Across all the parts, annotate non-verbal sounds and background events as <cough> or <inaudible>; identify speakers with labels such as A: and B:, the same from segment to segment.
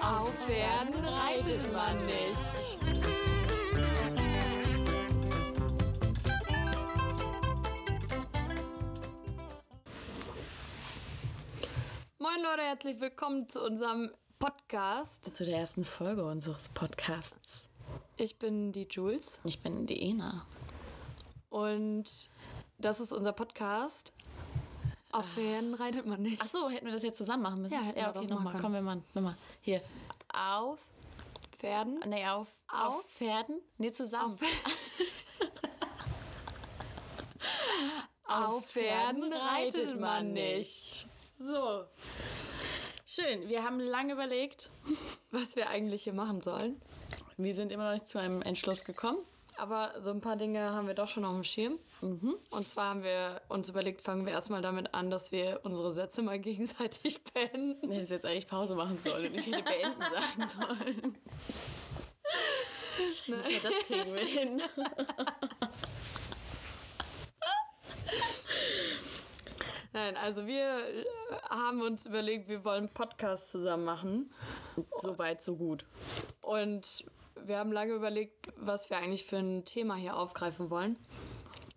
A: Auf Pferden reitet man nicht. Moin Leute, herzlich willkommen zu unserem Podcast.
B: Zu der ersten Folge unseres Podcasts.
A: Ich bin die Jules
B: Ich bin die Ena.
A: und das ist unser Podcast. Auf Pferden reitet man nicht.
B: Achso, hätten wir das jetzt zusammen machen müssen?
A: Ja, hätten wir
B: okay,
A: doch machen
B: nochmal.
A: können.
B: Komm, wir machen. Nochmal. Hier. Auf.
A: Pferden?
B: Nee, auf.
A: Auf?
B: Pferden? Nee, <laughs> zusammen.
A: Auf Pferden reitet man nicht.
B: So. Schön, wir haben lange überlegt.
A: Was wir eigentlich hier machen sollen.
B: Wir sind immer noch nicht zu einem Entschluss gekommen.
A: Aber so ein paar Dinge haben wir doch schon auf dem Schirm. Und zwar haben wir uns überlegt, fangen wir erstmal damit an, dass wir unsere Sätze mal <laughs> gegenseitig beenden.
B: Ich hätte jetzt eigentlich Pause machen sollen und ich hätte <laughs> beenden sagen sollen. Ne? Nicht mehr das kriegen wir hin.
A: Nein, also wir äh, haben uns überlegt, wir wollen einen Podcast zusammen machen.
B: So weit, so gut.
A: Und wir haben lange überlegt, was wir eigentlich für ein Thema hier aufgreifen wollen.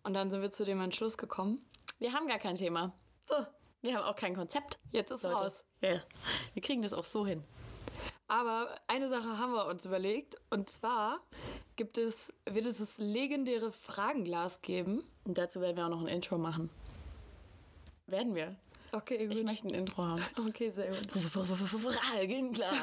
A: Und dann sind wir zu dem Entschluss gekommen.
B: Wir haben gar kein Thema.
A: So,
B: Wir haben auch kein Konzept.
A: jetzt ist
B: Leute.
A: raus.
B: Ja. Wir kriegen das auch so hin.
A: Aber eine Sache haben wir uns überlegt. Und zwar gibt es, wird es das legendäre Fragenglas geben.
B: Und dazu werden wir auch noch ein Intro machen. Werden wir.
A: Okay,
B: Ich
A: gut.
B: möchte ein Intro haben.
A: Okay, sehr gut.
B: Fragenglas.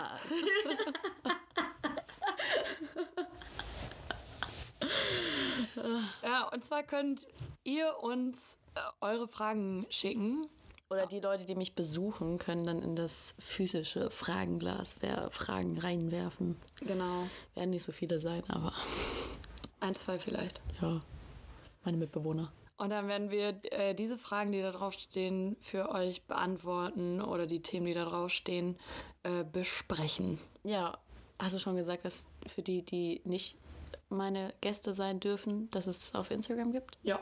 A: Ja, und zwar könnt ihr uns äh, eure Fragen schicken.
B: Oder die Leute, die mich besuchen, können dann in das physische Fragenglas wer- Fragen reinwerfen.
A: Genau.
B: Werden nicht so viele sein, aber
A: Ein, zwei vielleicht.
B: ja, meine Mitbewohner.
A: Und dann werden wir äh, diese Fragen, die da draufstehen, für euch beantworten oder die Themen, die da draufstehen, äh, besprechen.
B: Ja, hast du schon gesagt, dass für die, die nicht meine Gäste sein dürfen, dass es auf Instagram gibt?
A: Ja.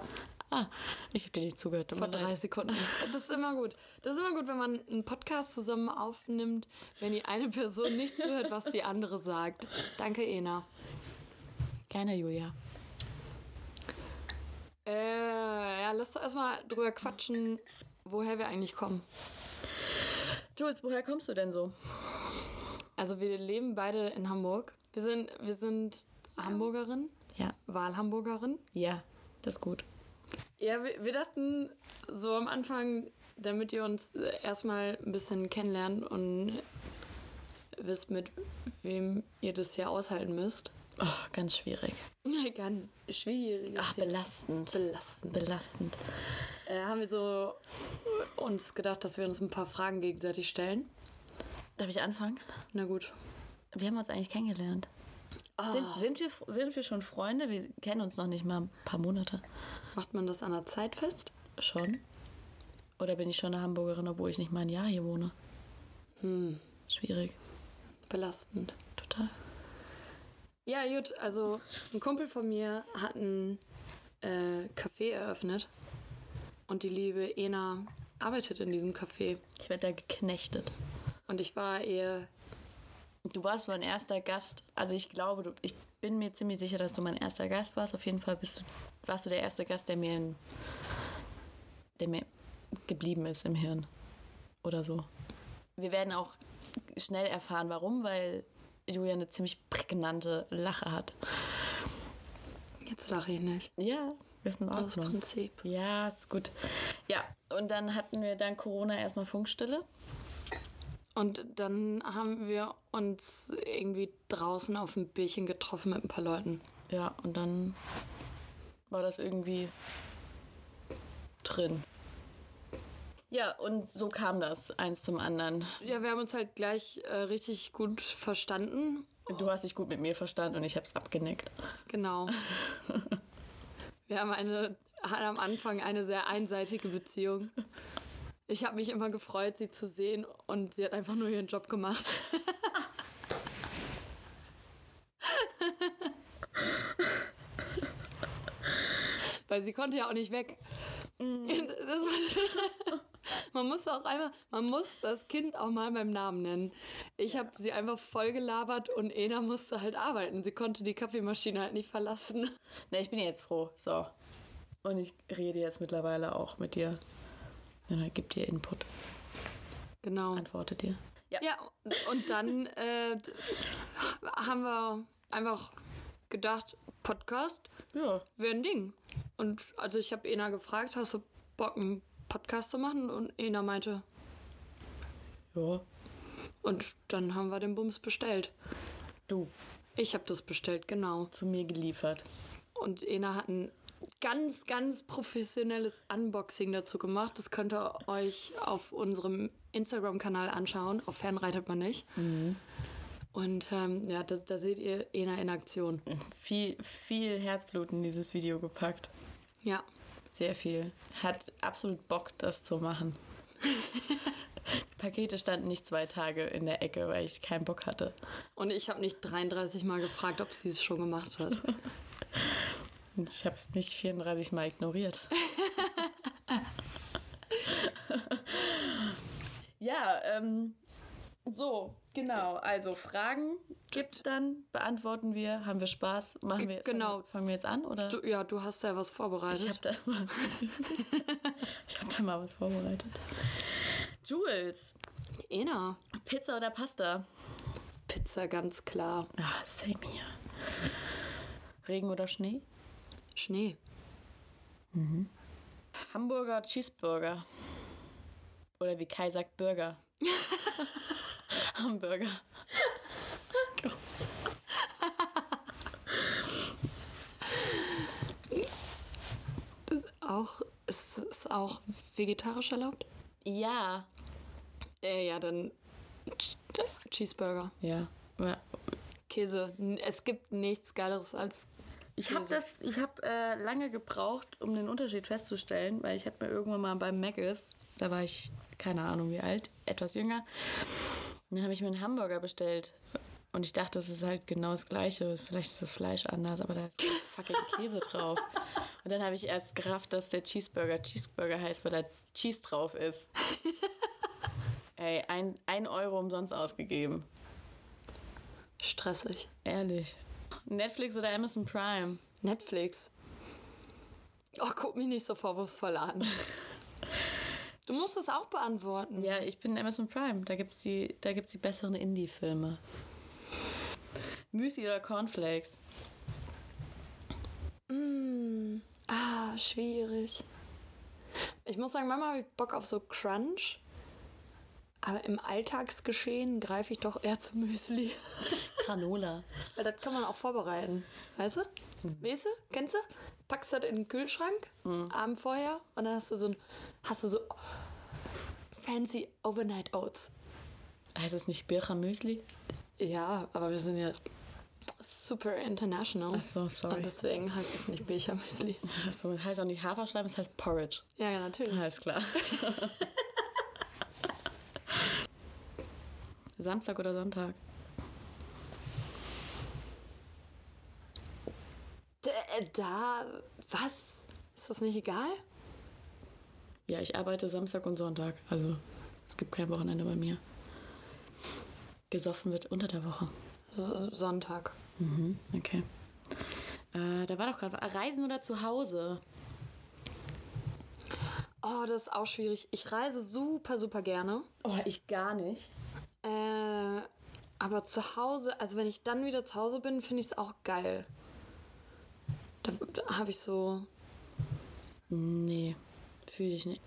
B: Ah, ich habe dir nicht zugehört. tut
A: Vor
B: mir leid.
A: drei Sekunden. <laughs> Das ist immer gut. Das ist immer gut, wenn man einen Podcast zusammen aufnimmt, wenn die eine Person nicht zuhört, was die andere sagt. Danke, Ena.
B: Gerne, Julia.
A: Äh, ja, lass doch erstmal drüber quatschen, woher wir eigentlich kommen.
B: Jules, woher kommst du denn so?
A: Also wir leben beide in Hamburg. Wir sind, wir sind Hamburgerin,
B: Ja,
A: Wahlhamburgerin.
B: ja, das ist gut.
A: Ja, wir, wir dachten so am Anfang, damit ihr uns äh, erstmal ein bisschen kennenlernt und wisst, mit wem ihr das hier aushalten müsst.
B: Oh, ganz schwierig.
A: Ganz schwierig.
B: Ach, belastend.
A: belastend.
B: Belastend.
A: Äh, haben wir so uns gedacht, dass wir uns ein paar Fragen gegenseitig stellen.
B: Darf ich anfangen?
A: Na gut.
B: Wir haben uns eigentlich kennengelernt. Sind, sind, wir, sind wir schon Freunde? Wir kennen uns noch nicht mal ein paar Monate.
A: Macht man das an der Zeit fest?
B: Schon? Oder bin ich schon eine Hamburgerin, obwohl ich nicht mal ein Jahr hier wohne? Hm. Schwierig.
A: Belastend.
B: Total.
A: Ja, gut, also ein Kumpel von mir hat ein äh, Café eröffnet und die liebe Ena arbeitet in diesem Café.
B: Ich werde da geknechtet.
A: Und ich war ihr,
B: Du warst mein erster Gast. Also ich glaube, du, ich bin mir ziemlich sicher, dass du mein erster Gast warst. Auf jeden Fall bist du, warst du der erste Gast, der mir, in, der mir geblieben ist im Hirn. Oder so. Wir werden auch schnell erfahren, warum, weil Julia eine ziemlich prägnante Lache hat.
A: jetzt lache ich nicht,
B: Ja, ist in
A: aus
B: Ordnung.
A: Prinzip.
B: Ja, ist gut. Ja, und dann hatten wir dank Corona erstmal Funkstille.
A: Und dann haben wir uns irgendwie draußen auf ein Bierchen getroffen mit ein paar Leuten.
B: Ja, und dann war das irgendwie drin. Ja, und so kam das eins zum anderen.
A: Ja, wir haben uns halt gleich äh, richtig gut verstanden.
B: Du hast dich gut mit mir verstanden und ich hab's abgenickt.
A: Genau. wir haben eine, hatten am Anfang eine sehr einseitige Beziehung. Ich habe mich immer gefreut, sie zu sehen und sie hat einfach nur ihren Job gemacht. Weil sie konnte ja auch nicht weg. Das war, man muss auch einmal, man muss das Kind auch mal beim Namen nennen. Ich habe sie einfach voll gelabert und Ena musste halt arbeiten. Sie konnte die Kaffeemaschine halt nicht verlassen. <laughs>
B: Na, ich bin jetzt froh. So. Und ich rede jetzt mittlerweile auch mit dir. Und dann gibt dir Input.
A: Genau.
B: Antworte dir.
A: Ja, und dann äh, d- haben wir einfach gedacht, Podcast
B: Ja.
A: wäre ein Ding. Und also ich habe Ena gefragt, hast du Bock, einen Podcast zu machen? Und Ena meinte,
B: Ja.
A: und dann haben wir den Bums bestellt.
B: Du.
A: Ich habe das bestellt, genau.
B: Zu mir geliefert.
A: Und Ena hat ein ganz, ganz professionelles Unboxing dazu gemacht. Das könnt ihr euch auf unserem Instagram-Kanal anschauen. Auf Fernreitet man nicht. Und ähm, ja, da, da seht ihr Ena in Aktion.
B: Viel, viel Herzblut in dieses Video gepackt.
A: Ja.
B: Sehr viel. Hat absolut Bock, das zu <laughs> machen. Die Pakete standen nicht zwei Tage in der Ecke, weil ich keinen Bock hatte.
A: Und ich habe nicht 33 Mal gefragt, ob sie es schon gemacht hat. <laughs>
B: Und ich habe es nicht 34 Mal ignoriert. <laughs> ja, ähm, so, genau. Also Fragen gibt's dann, beantworten wir, haben wir Spaß, machen wir.
A: genau.
B: Fangen, fangen wir jetzt an, oder?
A: Du, ja, du hast ja was
B: Ich
A: vorbereitet.
B: habe da, <laughs> mal- Ich hab da mal was vorbereitet. Jules,
A: Ena.
B: Pizza oder Pasta?
A: Pizza, ganz klar.
B: Ah, same here. Regen oder Schnee?
A: Schnee.
B: Hamburger Cheeseburger. Oder wie Kai sagt, <laughs> Burger. Hamburger.
A: Auch, ist es auch vegetarisch erlaubt?
B: Ja.
A: Äh, ja, dann Ch- Cheeseburger.
B: Ja.
A: Käse. N- Es gibt nichts Geileres als.
B: Ich habe
A: Käse.
B: das, ich habe äh, lange gebraucht, um den Unterschied festzustellen, weil ich habe mir irgendwann mal beim Maggis, da war ich keine Ahnung wie alt, etwas jünger, und dann habe ich mir einen Hamburger bestellt und ich dachte, das ist halt genau das Gleiche. Vielleicht ist das Fleisch anders, aber da ist fucking Käse drauf. Und dann habe ich erst gerafft, dass der Cheeseburger Cheeseburger heißt, weil da Cheese drauf ist. Ey, ein, ein Euro umsonst ausgegeben.
A: stressig.
B: Ehrlich. Netflix oder Amazon Prime?
A: Netflix. Oh, guck mich nicht so vorwurfsvoll an. Du musst es auch beantworten.
B: Ja, ich bin Amazon Prime. Da gibt's die, da gibt's die besseren Indie-Filme. Müsli oder Cornflakes?
A: Ah, schwierig. Ich muss sagen, manchmal habe ich Bock auf so Crunch. Aber im Alltagsgeschehen greife ich doch eher zu Müsli.
B: Granola.
A: Weil das kann man auch vorbereiten. Weißt du? Weißt du? Kennst du? Packst das in den Kühlschrank
B: Mhm.
A: abend vorher und dann hast du so ein. Hast du so fancy Overnight Oats.
B: Heißt es nicht Bircher Müsli?
A: Ja, aber wir sind ja super international.
B: Ach so, sorry.
A: Und deswegen heißt es nicht Becher Müsli.
B: Achso, heißt auch nicht Haferschleim, es heißt Porridge.
A: Ja, ja, natürlich.
B: Alles klar. <laughs> Samstag oder Sonntag?
A: D- äh, Da. Was? Ist das nicht egal?
B: Ja, ich arbeite Samstag und Sonntag. Also es gibt kein Wochenende bei mir. Gesoffen wird unter der Woche.
A: S Sonntag.
B: Mhm, okay. Äh, da war doch gerade Reisen oder zu Hause.
A: Oh, das ist auch schwierig. Ich reise super, super gerne.
B: Oh, ich gar nicht.
A: Äh, aber zu Hause, also wenn ich dann wieder zu Hause bin, finde ich es auch geil. Da, da habe ich so.
B: Nee, fühle ich nicht.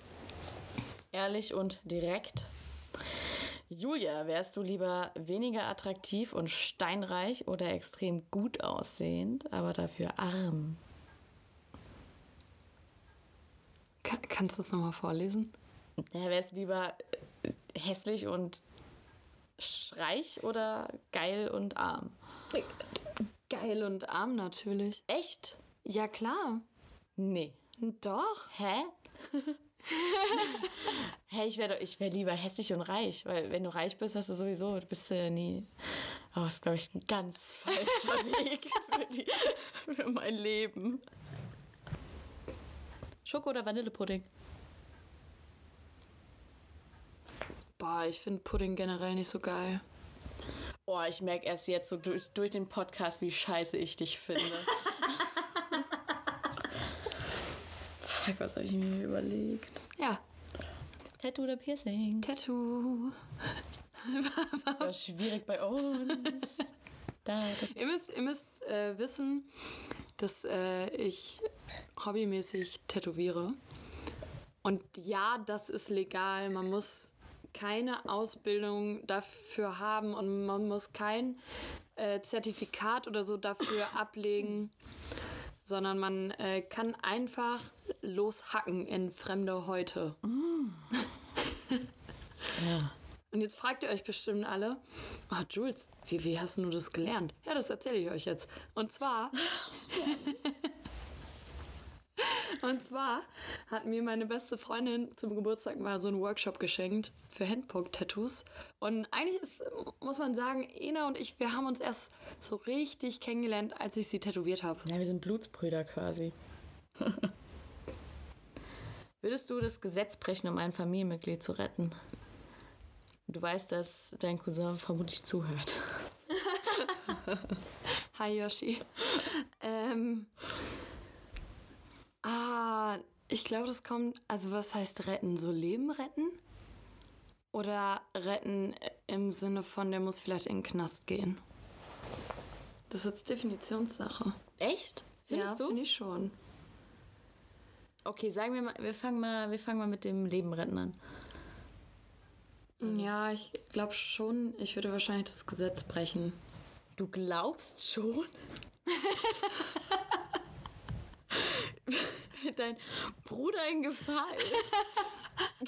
B: Ehrlich und direkt. Julia, wärst du lieber weniger attraktiv und steinreich oder extrem gut aussehend, aber dafür arm?
A: Ka- kannst du es nochmal vorlesen?
B: Ja, wärst du lieber äh, hässlich und sch- reich oder geil und arm?
A: Geil und arm natürlich.
B: Echt?
A: Ja, klar.
B: Nee.
A: Doch.
B: Hä? <laughs> Hä, ich wäre ich wär lieber hässlich und reich, weil wenn du reich bist, hast du sowieso, du bist ja nie. Oh, das ist, glaube ich, ein <laughs> ganz falscher Weg für, die, für mein Leben. Schoko oder Vanillepudding?
A: Boah, ich finde Pudding generell nicht so geil.
B: Oh, ich merke erst jetzt so durch, durch den Podcast, wie scheiße ich dich finde. <laughs> Fuck, was habe ich mir überlegt?
A: Ja,
B: Tattoo oder Piercing?
A: Tattoo.
B: Das war schwierig bei uns. Da, das
A: <laughs> Ihr müsst, ihr müsst äh, wissen, dass äh, ich hobbymäßig tätowiere. Und ja, das ist legal. Man muss keine Ausbildung dafür haben und man muss kein äh, Zertifikat oder so dafür ablegen, sondern man äh, kann einfach loshacken in fremde Häute.
B: ja.
A: Und jetzt fragt ihr euch bestimmt alle, oh Jules, wie, wie hast du das gelernt? Ja, das erzähle ich euch jetzt. Und zwar. Und zwar hat mir meine beste Freundin zum Geburtstag mal so einen Workshop geschenkt für Handpoke-Tattoos. Und eigentlich ist, muss man sagen, Ena und ich, wir haben uns erst so richtig kennengelernt, als ich sie tätowiert habe.
B: ja, wir sind Blutsbrüder quasi. <laughs> Würdest du das Gesetz brechen, um ein Familienmitglied zu retten? Du weißt, dass dein Cousin vermutlich zuhört.
A: Hi Yoshi. ähm, ah, ich glaube, das kommt. Also was heißt retten? So Leben retten? Oder retten im Sinne von, der muss vielleicht in den Knast gehen? Das ist jetzt Definitionssache.
B: Echt? Findest
A: ja,
B: du?
A: finde ich schon.
B: Okay, sagen wir mal, wir fangen mal, wir fangen mal mit dem Leben retten an.
A: Ja, ich glaube schon, ich würde wahrscheinlich das Gesetz brechen.
B: Du glaubst schon? <laughs> Wenn Dein Bruder in Gefahr ist.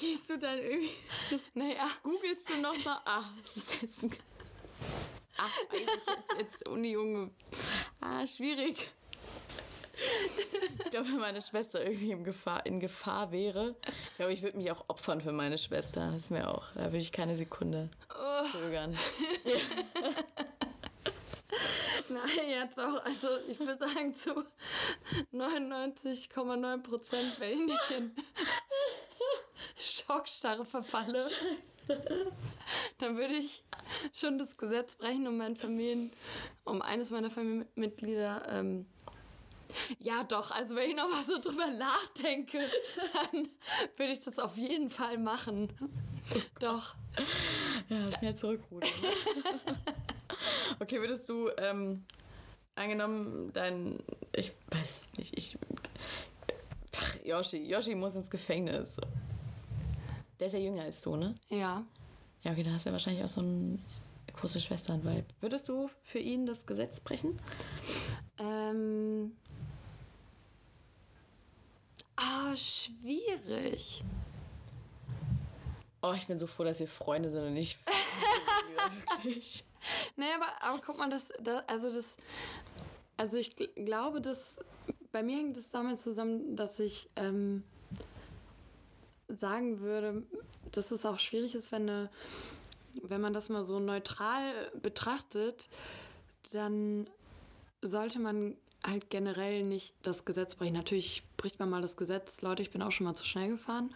B: <laughs> Gehst du dann irgendwie.
A: Naja,
B: Googelst du nochmal? Ah, das ist jetzt ein. Ah, weiß ich jetzt, jetzt ohne Junge. Ah, schwierig. Ich glaube, wenn meine Schwester irgendwie in Gefahr, in Gefahr wäre, ich glaube, ich würde mich auch opfern für meine Schwester. Das ist mir auch. Da würde ich keine Sekunde zögern.
A: <laughs> nein, ja doch. Also ich würde sagen, zu 99,9 Prozent, wenn ich nicht in Schockstarre verfalle, dann würde ich schon das Gesetz brechen, um mein Familien, um eines meiner Familienmitglieder. Ähm, ja, doch, also wenn ich noch mal so drüber nachdenke, dann würde ich das auf jeden Fall machen. doch.
B: Ja, schnell zurückrudern. <laughs> okay, würdest du, ähm, angenommen, dein, ich weiß nicht, ich, ach, Yoshi, Yoshi muss ins Gefängnis. Der ist ja jünger als du, ne?
A: Ja.
B: Ja, okay, da hast du ja wahrscheinlich auch so einen große Schwestern-Vibe. Würdest du für ihn das Gesetz brechen?
A: Ähm. Ah, schwierig.
B: Oh, ich bin so froh, dass wir Freunde sind und nicht wirklich.
A: Naja, aber, aber guck mal, das, das, also das, also ich gl glaube, dass, bei mir hängt es damit zusammen, dass ich ähm, sagen würde, dass es auch schwierig ist, wenn, eine, wenn man das mal so neutral betrachtet, dann sollte man halt generell nicht das Gesetz brechen. Natürlich bricht man mal das Gesetz. Leute, ich bin auch schon mal zu schnell gefahren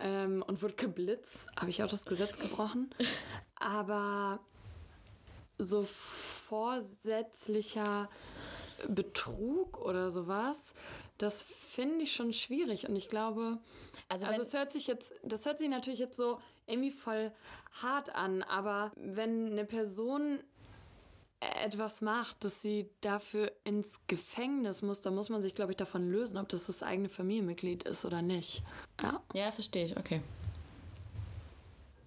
A: ähm, und wurde geblitzt. Habe ich auch das Gesetz gebrochen. Aber so vorsätzlicher Betrug oder sowas, das finde ich schon schwierig. Und ich glaube,
B: Also,
A: also
B: wenn,
A: es hört sich jetzt, das hört sich natürlich jetzt so irgendwie voll hart an, aber wenn eine Person etwas macht, dass sie dafür ins Gefängnis muss, dann muss man sich, glaube ich, davon lösen, ob das das eigene Familienmitglied ist oder nicht. Ja,
B: ja, verstehe ich, okay.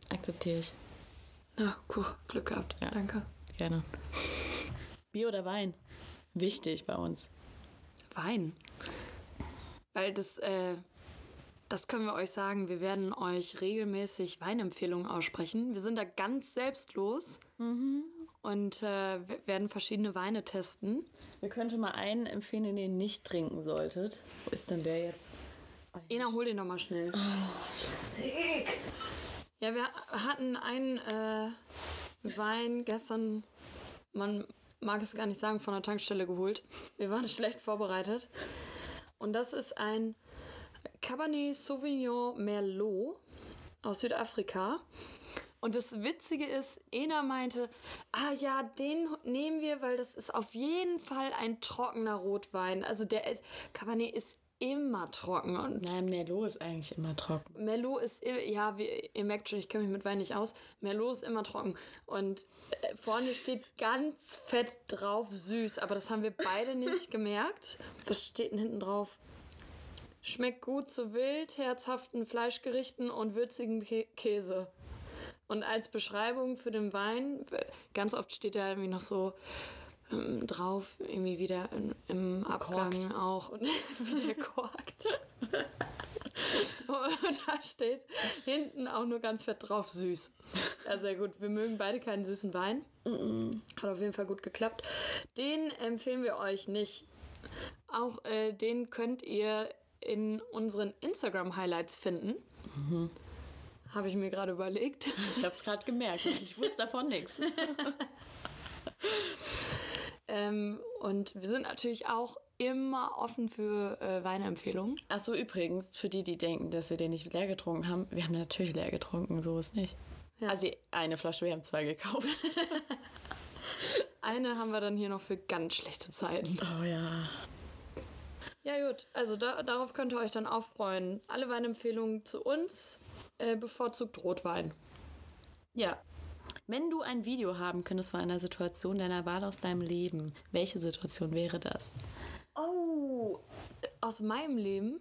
B: Akzeptiere ich,
A: na, cool, Glück gehabt.
B: Ja.
A: Danke.
B: gerne. Bier oder Wein? Wichtig bei uns.
A: Wein. Weil das, äh, das können wir euch sagen. Wir werden euch regelmäßig Weinempfehlungen aussprechen. Wir sind da ganz selbstlos und äh, wir werden verschiedene Weine testen.
B: Wir können schon mal einen empfehlen, den ihr nicht trinken solltet. Wo ist denn der jetzt?
A: Ena, hol den nochmal schnell. Ja, wir hatten einen äh, Wein gestern, man mag es gar nicht sagen, <laughs> von der Tankstelle geholt. Wir waren schlecht vorbereitet. Und das ist ein Cabernet Sauvignon Merlot aus Südafrika. Und das Witzige ist, Ena meinte, ah ja, den nehmen wir, weil das ist auf jeden Fall ein trockener Rotwein. Also der ist, Cabernet ist immer trocken und
B: Nein, Merlot ist eigentlich immer trocken.
A: Merlot ist, i- ja, wie, ihr merkt schon, ich kenne mich mit Wein nicht aus. Merlot ist immer trocken. Und äh, vorne steht ganz fett drauf süß, aber das haben wir beide nicht gemerkt. Was steht denn hinten drauf? Schmeckt gut zu wild, herzhaften Fleischgerichten und würzigen Kä Käse. Und als Beschreibung für den Wein, w- ganz oft steht da irgendwie noch so ähm, drauf, irgendwie wieder in, im Abgang
B: Korkt.
A: auch <laughs> und wieder korkt. <laughs> Und da steht hinten auch nur ganz fett drauf süß. Ja, sehr gut. Wir mögen beide keinen süßen Wein. Hat auf jeden Fall gut geklappt. Den empfehlen wir euch nicht. Auch äh, den könnt ihr in unseren Instagram-Highlights finden. Habe ich mir gerade überlegt.
B: <laughs>
A: <laughs>
B: Ich hab's gerade gemerkt. Ich wusste davon nichts.
A: Ähm, und wir sind natürlich auch immer offen für äh, Weinempfehlungen.
B: Achso, übrigens, für die, die denken, dass wir den nicht leer getrunken haben, wir haben natürlich leer getrunken, so ist nicht. Also eine Flasche, wir haben zwei gekauft.
A: Eine haben wir dann hier noch für ganz schlechte Zeiten.
B: <laughs> Oh ja.
A: Ja gut, also da, darauf könnt ihr euch dann auch freuen. Alle Weinempfehlungen zu uns, äh, bevorzugt Rotwein.
B: Ja. Wenn du ein Video haben könntest von einer Situation deiner Wahl aus deinem Leben, welche Situation wäre das?
A: Oh, aus meinem Leben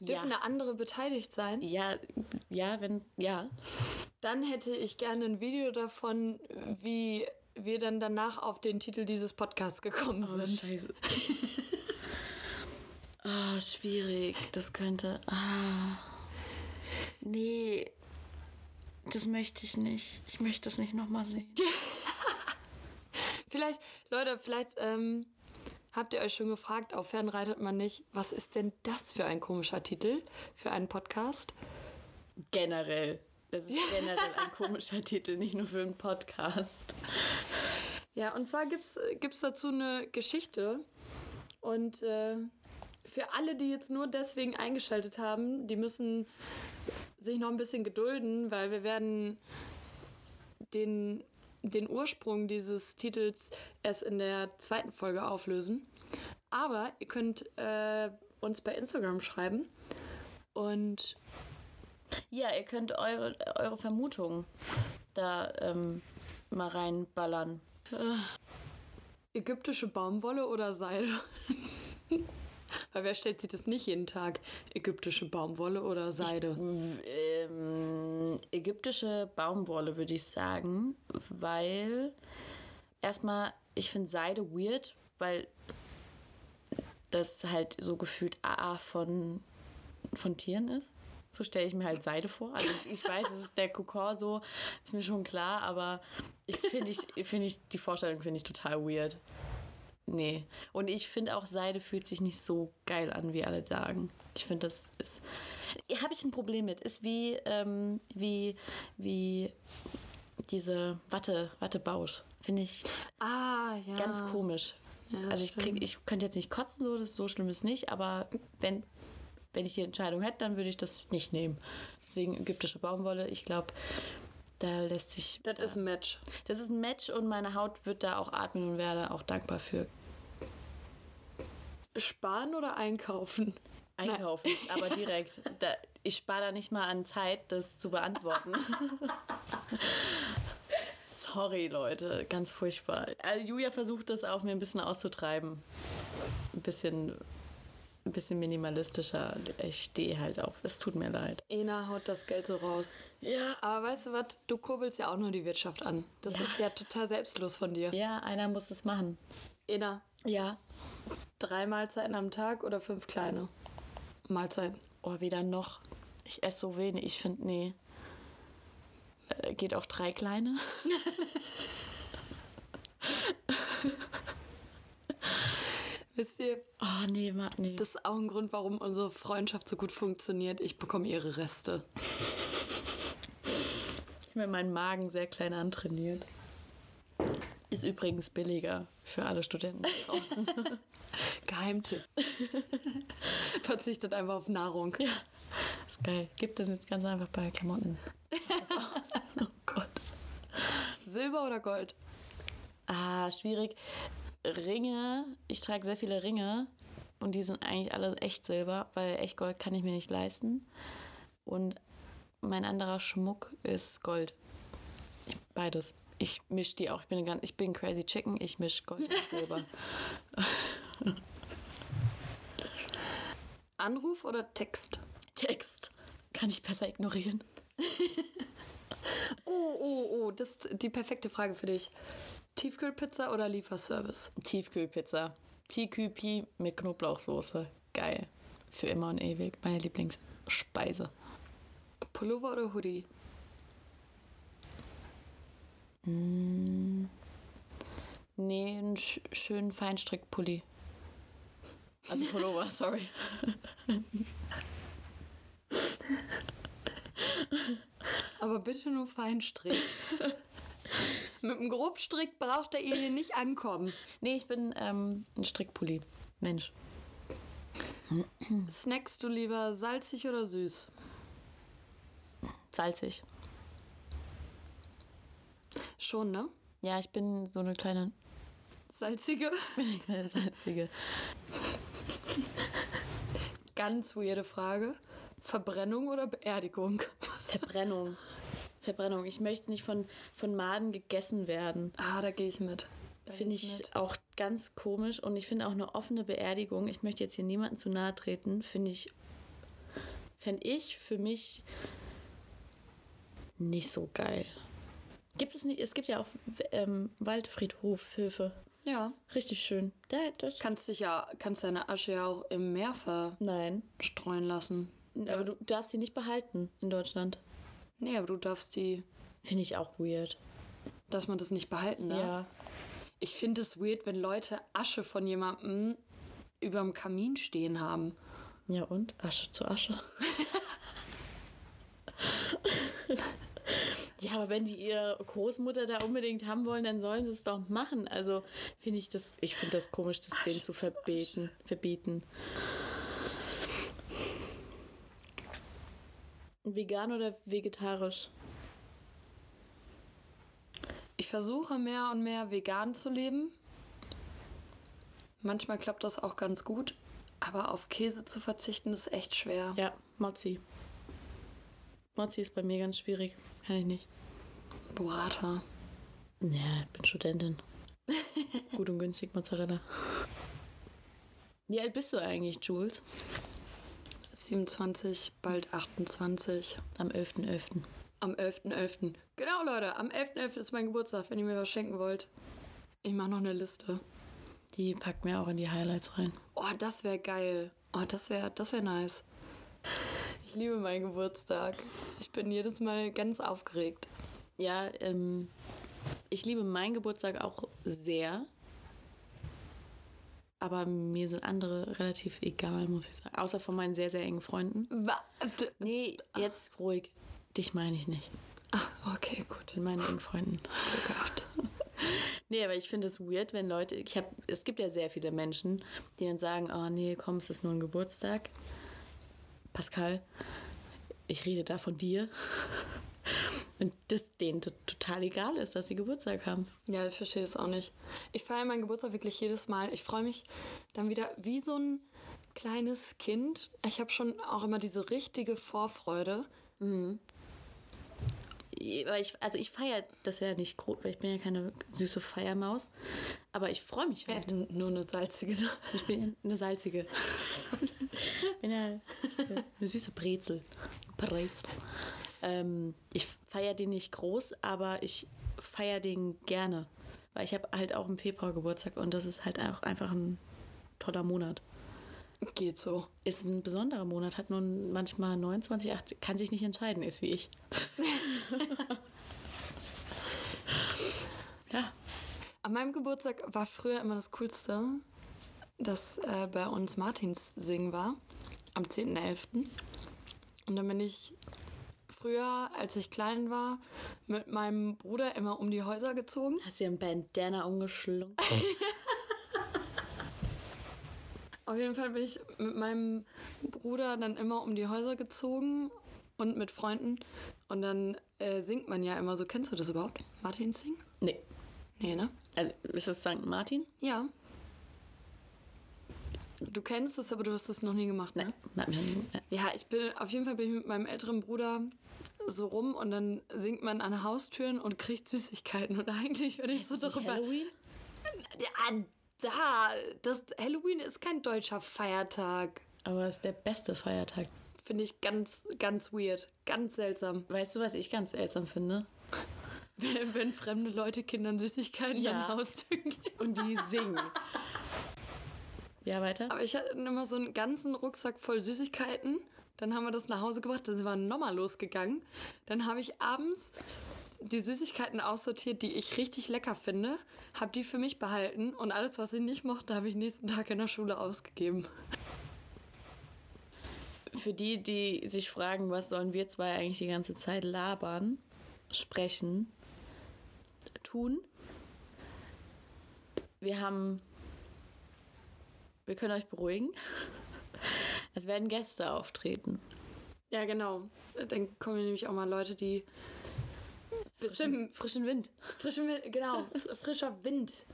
A: dürfen da andere beteiligt sein.
B: Ja, ja, wenn, ja.
A: Dann hätte ich gerne ein Video davon, wie wir dann danach auf den Titel dieses Podcasts gekommen sind.
B: Oh, scheiße. <laughs> oh, schwierig. Das könnte. Ah. Nee. Das möchte ich nicht. Ich möchte das nicht nochmal sehen.
A: Vielleicht, Leute, vielleicht ähm, habt ihr euch schon gefragt, auf Fern reitet man nicht, was ist denn das für ein komischer Titel für einen Podcast?
B: Generell. Das ist generell ein komischer Titel, nicht nur für einen Podcast.
A: Ja, und zwar gibt es gibt's dazu eine Geschichte. Und äh, für alle, die jetzt nur deswegen eingeschaltet haben, die müssen sich noch ein bisschen gedulden, weil wir werden den, den Ursprung dieses Titels erst in der zweiten Folge auflösen. Aber ihr könnt äh, uns bei Instagram schreiben. Und
B: Ja, ihr könnt eure, eure Vermutungen da ähm, mal reinballern.
A: ägyptische Baumwolle oder Seil? <laughs> Weil wer stellt sich das nicht jeden Tag? Ägyptische Baumwolle oder Seide?
B: Ähm, ägyptische Baumwolle würde ich sagen, weil erstmal, ich finde Seide weird, weil das halt so gefühlt AA von, von Tieren ist. So stelle ich mir halt Seide vor. Also ich- ich weiß, es ist der Kokor so, ist mir schon klar, aber ich finde ich, find ich, die Vorstellung finde ich total weird. Nee. Und ich finde auch, Seide fühlt sich nicht so geil an, wie alle sagen. Ich finde, das ist. Habe ich ein Problem mit. Ist wie, ähm, wie, wie diese Watte, Wattebausch. Finde ich
A: Ah, ja.
B: ganz komisch.
A: Ja, das
B: also ich, krieg,
A: stimmt.
B: ich könnte jetzt nicht kotzen, so, das, so schlimm ist nicht, aber wenn, wenn ich die Entscheidung hätte, dann würde ich das nicht nehmen. Deswegen ägyptische Baumwolle, ich glaube, da lässt sich.
A: Das ist ein Match.
B: Das ist ein Match und meine Haut wird da auch atmen und werde auch dankbar für.
A: Sparen oder einkaufen?
B: Einkaufen, aber <laughs> direkt. Da, ich spare da nicht mal an Zeit, das zu <laughs> beantworten. Sorry, Leute, ganz furchtbar. Also Julia versucht das auch mir ein bisschen auszutreiben. Ein bisschen, ein bisschen minimalistischer. Ich stehe halt auf. Es tut mir leid.
A: Ena haut das Geld so raus.
B: Ja.
A: Aber weißt du was? Du kurbelst ja auch nur die Wirtschaft an. Das ist ja total selbstlos von dir.
B: Ja, einer muss es machen.
A: Ena,
B: Ja.
A: drei Mahlzeiten am Tag oder fünf kleine Mahlzeiten?
B: Oh, weder noch. Ich esse so wenig. Ich finde, nee. Äh, geht auch drei kleine.
A: Wisst ihr,
B: Oh, nee, ma, nee.
A: das ist auch ein Grund, warum unsere Freundschaft so gut funktioniert. Ich bekomme ihre Reste.
B: Ich habe mir meinen Magen sehr klein antrainiert. Ist übrigens billiger für alle Studenten.
A: Geheimtipp. <laughs> Verzichtet einfach auf Nahrung.
B: Ja, ist geil. Gibt es jetzt ganz einfach bei Klamotten. oh Gott.
A: Silber oder Gold?
B: Ah, schwierig. Ringe, ich trage sehr viele Ringe und die sind eigentlich alle echt Silber, weil echt Gold kann ich mir nicht leisten. Und mein anderer Schmuck ist Gold. Ich, beides. Ich mische die auch. Ich bin, ganz, ich bin crazy chicken, ich mische Gold und Silber.
A: Anruf oder Text?
B: Text kann ich besser ignorieren.
A: Oh, oh, oh, das ist die perfekte Frage für dich. Tiefkühlpizza oder Lieferservice?
B: Tiefkühlpizza. Tiefkühlpi mit Knoblauchsoße. Geil. Für immer und ewig. Meine Lieblingsspeise.
A: Pullover oder Hoodie?
B: Nee, einen sch schönen Feinstrickpulli. Also Pullover, <laughs> sorry.
A: Aber bitte nur Feinstrick. <laughs> Mit einem Grobstrick braucht er ihn hier nicht ankommen.
B: Nee, ich bin ähm, ein Strickpulli. Mensch.
A: Snackst du lieber salzig oder süß?
B: Salzig.
A: Schon, ne?
B: Ja, ich bin so eine kleine, <laughs>
A: Salzige.
B: eine kleine salzige.
A: Ganz weirde Frage. Verbrennung oder Beerdigung?
B: Verbrennung. Verbrennung. Ich möchte nicht von, von Maden gegessen werden.
A: Ah, da gehe ich mit. Da
B: Finde
A: geh
B: ich
A: mit.
B: auch ganz komisch und ich finde auch eine offene Beerdigung, ich möchte jetzt hier niemandem zu nahe treten, finde ich, fände ich für mich nicht so geil. Gibt es nicht, es gibt ja auch ähm, Waldfriedhofhöfe.
A: Ja.
B: Richtig schön. Da, das
A: Kannst dich ja, kannst deine Asche ja auch im Meer
B: Nein,
A: verstreuen lassen.
B: aber du darfst sie nicht behalten in Deutschland.
A: Nee, aber du darfst die,
B: Finde ich auch weird.
A: dass man das nicht behalten darf.
B: Ja.
A: Ich finde es weird, wenn Leute Asche von jemandem überm Kamin stehen haben.
B: Ja und? Asche zu Asche. ja, aber wenn die ihre Großmutter da unbedingt haben wollen, dann sollen sie es doch machen. Also finde ich das, ich finde das komisch, das denen zu verbieten. verbieten. Vegan oder vegetarisch?
A: Ich versuche mehr und mehr vegan zu leben. Manchmal klappt das auch ganz gut, aber auf Käse zu verzichten ist echt schwer.
B: Ja, Mozzi. Mozzi ist bei mir ganz schwierig. Kann ich nicht.
A: Burrata.
B: Ja, ich bin Studentin. <laughs> Gut und günstig Mozzarella. Wie alt bist du eigentlich, Jules?
A: 27, bald 28.
B: Am 11.11.
A: Am 11.11. Genau, Leute, am 11.11. ist mein Geburtstag, wenn ihr mir was schenken wollt. Ich mache noch eine Liste.
B: Die packt mir auch in die Highlights rein.
A: Oh, das wäre geil. Oh, das wäre das wär nice. Ich liebe meinen Geburtstag. Ich bin jedes Mal ganz aufgeregt.
B: Ja, ähm, ich liebe meinen Geburtstag auch sehr. Aber mir sind andere relativ egal, muss ich sagen. Außer von meinen sehr, sehr engen Freunden.
A: Wa-
B: Nee, jetzt ruhig. Dich meine ich nicht.
A: Ah, Okay, gut.
B: Mit meinen engen Freunden.
A: Glück gehabt.
B: <laughs> Nee, aber ich finde es weird, wenn Leute, ich hab, es gibt ja sehr viele Menschen, die dann sagen, oh nee, komm, es ist nur ein Geburtstag. Pascal, ich rede da von dir. <laughs> Und das denen to- total egal ist, dass sie Geburtstag haben.
A: Ja, ich verstehe es auch nicht. Ich feiere meinen Geburtstag wirklich jedes Mal. Ich freue mich dann wieder wie so ein kleines Kind. Ich habe schon auch immer diese richtige Vorfreude.
B: Aber ich, also ich feiere das ja nicht groß, weil ich bin ja keine süße Feiermaus. Aber ich freue mich.
A: Ja,
B: Halt.
A: nur eine salzige. ne?
B: Ich bin ja eine salzige. bin ja eine süße Brezel. Brezel. Ähm, ich feiere den nicht groß, aber ich feiere den gerne. Weil ich habe halt auch im Februar Geburtstag und das ist halt auch einfach ein toller Monat.
A: Geht so.
B: Ist ein besonderer Monat, hat nun manchmal 29, 8, kann sich nicht entscheiden, ist wie ich. ja,
A: An meinem Geburtstag war früher immer das Coolste, dass äh, bei uns Martins singen war, am 10.11. Und dann bin ich früher, als ich klein war, mit meinem Bruder immer um die Häuser gezogen.
B: hast dir ein Bandana umgeschlungen.
A: Auf jeden Fall bin ich mit meinem Bruder dann immer um die Häuser gezogen und mit Freunden. Und dann äh, singt man ja immer so. Kennst du das überhaupt? Martin Sing?
B: Nee.
A: Nee, ne?
B: Also, ist das St. Martin?
A: Ja. Du kennst es, aber du hast es noch nie gemacht, ne?
B: Nein. Martin- äh,
A: Ja, ich bin, auf jeden Fall bin ich mit meinem älteren Bruder so rum und dann singt man an Haustüren und kriegt Süßigkeiten. Und eigentlich würde ich so
B: ist das nicht
A: darüber.
B: Halloween?
A: Ja, ah, da! Das Halloween ist kein deutscher Feiertag.
B: Aber es ist der beste Feiertag.
A: Finde ich ganz, ganz weird. Ganz seltsam. <laughs>
B: Weißt du, was ich ganz seltsam finde?
A: Wenn, wenn fremde Leute Kindern Süßigkeiten
B: Ja.
A: an Haustüren geben. <laughs>
B: Und die singen. ja, weiter?
A: Aber ich hatte dann immer so einen ganzen Rucksack voll Süßigkeiten. Dann haben wir das nach Hause gebracht, dann sind wir nochmal losgegangen. Dann habe ich abends die Süßigkeiten aussortiert, die ich richtig lecker finde, habe die für mich behalten und alles, was ich nicht mochte, habe ich nächsten Tag in der Schule ausgegeben.
B: Für die, die sich fragen, was sollen wir zwei eigentlich die ganze Zeit labern, sprechen, tun. Wir haben. Wir können euch beruhigen. <laughs> Es werden Gäste auftreten.
A: Ja, genau. Dann kommen nämlich auch mal Leute, die bestimmt
B: frischen Wind.
A: frischen Wind, <laughs> genau, fr- frischer Wind.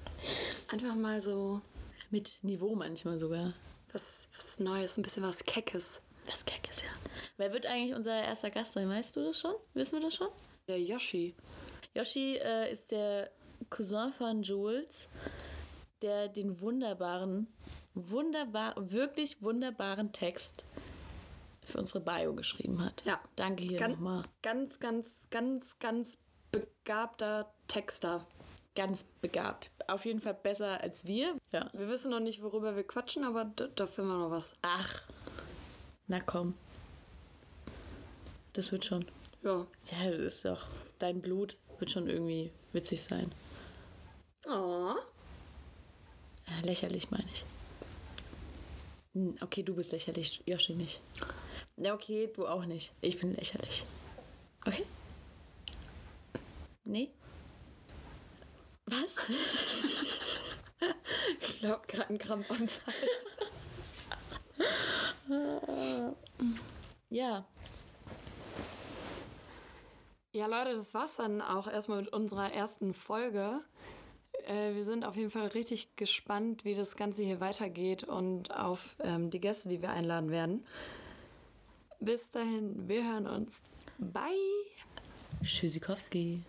A: Einfach mal so
B: Mit Niveau manchmal sogar.
A: was, was Neues, ein bisschen was Keckes.
B: Was keck ist ja. Wer wird eigentlich unser erster Gast sein? Weißt du das schon? Wissen wir das schon?
A: Der Yoshi.
B: Yoshi äh, ist der Cousin von Jules, der den wunderbaren, wunderbar, wirklich wunderbaren Text für unsere Bio geschrieben hat.
A: Ja.
B: Danke hier
A: Ganz,
B: nochmal.
A: ganz, ganz, ganz, ganz begabter Texter.
B: Ganz begabt. Auf jeden Fall besser als wir. Ja.
A: Wir wissen noch nicht, worüber wir quatschen, aber da, da finden wir noch was.
B: Ach. Na komm. Das wird schon.
A: Ja.
B: Ja, das ist doch. Dein Blut wird schon irgendwie witzig sein.
A: Oh.
B: Äh, Lächerlich meine ich. Hm, Okay, du bist lächerlich, Yoshi nicht. Ja, okay, du auch nicht. Ich bin lächerlich. Okay? Nee? Was?
A: Ich glaube, gerade ein Krampfanfall.
B: Ja.
A: Ja, Leute, das war's dann auch erstmal mit unserer ersten Folge. Äh, wir sind auf jeden Fall richtig gespannt, wie das Ganze hier weitergeht und auf ähm, die Gäste, die wir einladen werden. Bis dahin, wir hören uns. Bye!
B: Tschüssikowski.